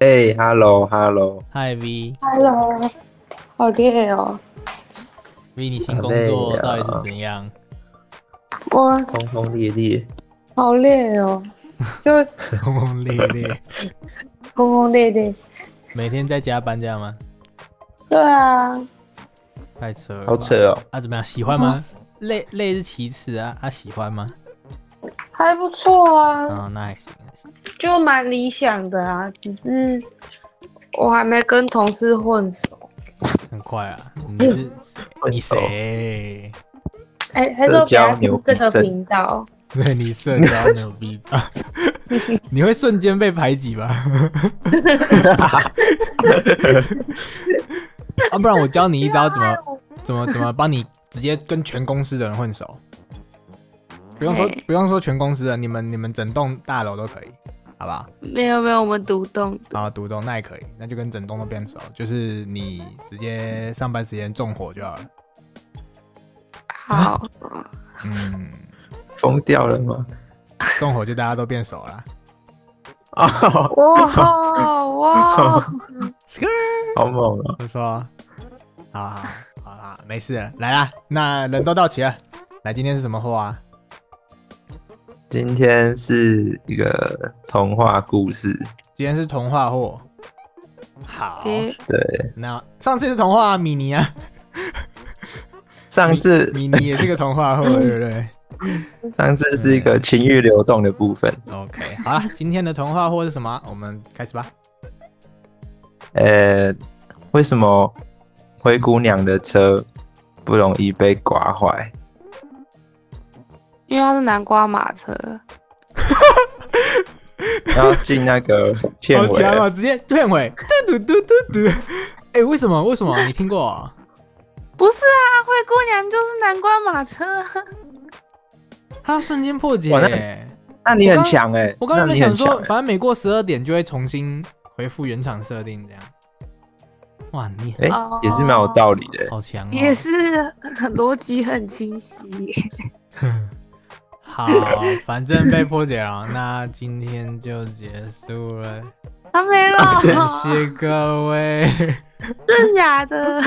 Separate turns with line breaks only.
嘿，hello，hello，
嗨 V
Hello，好累哦，
V，你新
好
工
累
作到底
啊
是怎 样？
我
轰轰烈烈，
好 累哦，就
轰轰烈烈，
轰轰烈烈。
每天在加班这样吗？
对啊，
太扯了，
好扯！哦。
啊，怎么样？喜欢吗？累累是其次啊，啊，喜欢吗？
还不错啊，
哦，那还行，还行
就蛮理想的啊，只是我还没跟同事混熟。
很快啊。你是谁？你谁？
哎、还是我给他听这
社交牛逼
个
症
频道。
对你社交牛逼啊！你会瞬间被排挤吧？ 啊，不然我教你一招怎么怎么怎么帮你直接跟全公司的人混熟。不用说
哎，
不用说全公司的，你们你们整栋大楼都可以，好不好？
没有没有，我们独栋的。
啊，独栋那也可以，那就跟整栋都变熟，就是你直接上班时间纵火就好了。
好，
嗯，
疯掉了吗？
纵火就大家都变熟了。
啊、
哇吼哇 吼，
好猛哦！
我说，好好好啦，没事了，来啦，那人都到齐了，来，今天是什么货啊？
今天是一个童话故事，
今天是童话货。好，
诶
对，
那上次是童话啊米妮啊，
上次
米妮也是个童话货，对不对嗯
上次是一个情欲流动的部分，
？OK，好了，今天的童话货是什么啊？我们开始吧。
呃，为什么灰姑娘的车不容易被刮坏？
因为他是南瓜马车，
要进那个 片
好
尾
强
了，
哦，直接片尾，嘟嘟嘟嘟嘟。哎、为什么？为什么？你听过哦、
不是啊，灰姑娘就是南瓜马车 啊。
他瞬间破解、
哇那
欸。
那你很强哎、
我刚刚
那
没
你很
想说
强，欸
反正每过十二点就会重新回复原厂设定这样。哇，你
哎、
哦
也是蛮有道理的、欸
好强哦！
也是逻辑很清晰。
好，反正被破解了，那今天就结束了，
还没了，
感 谢各位。
真假的？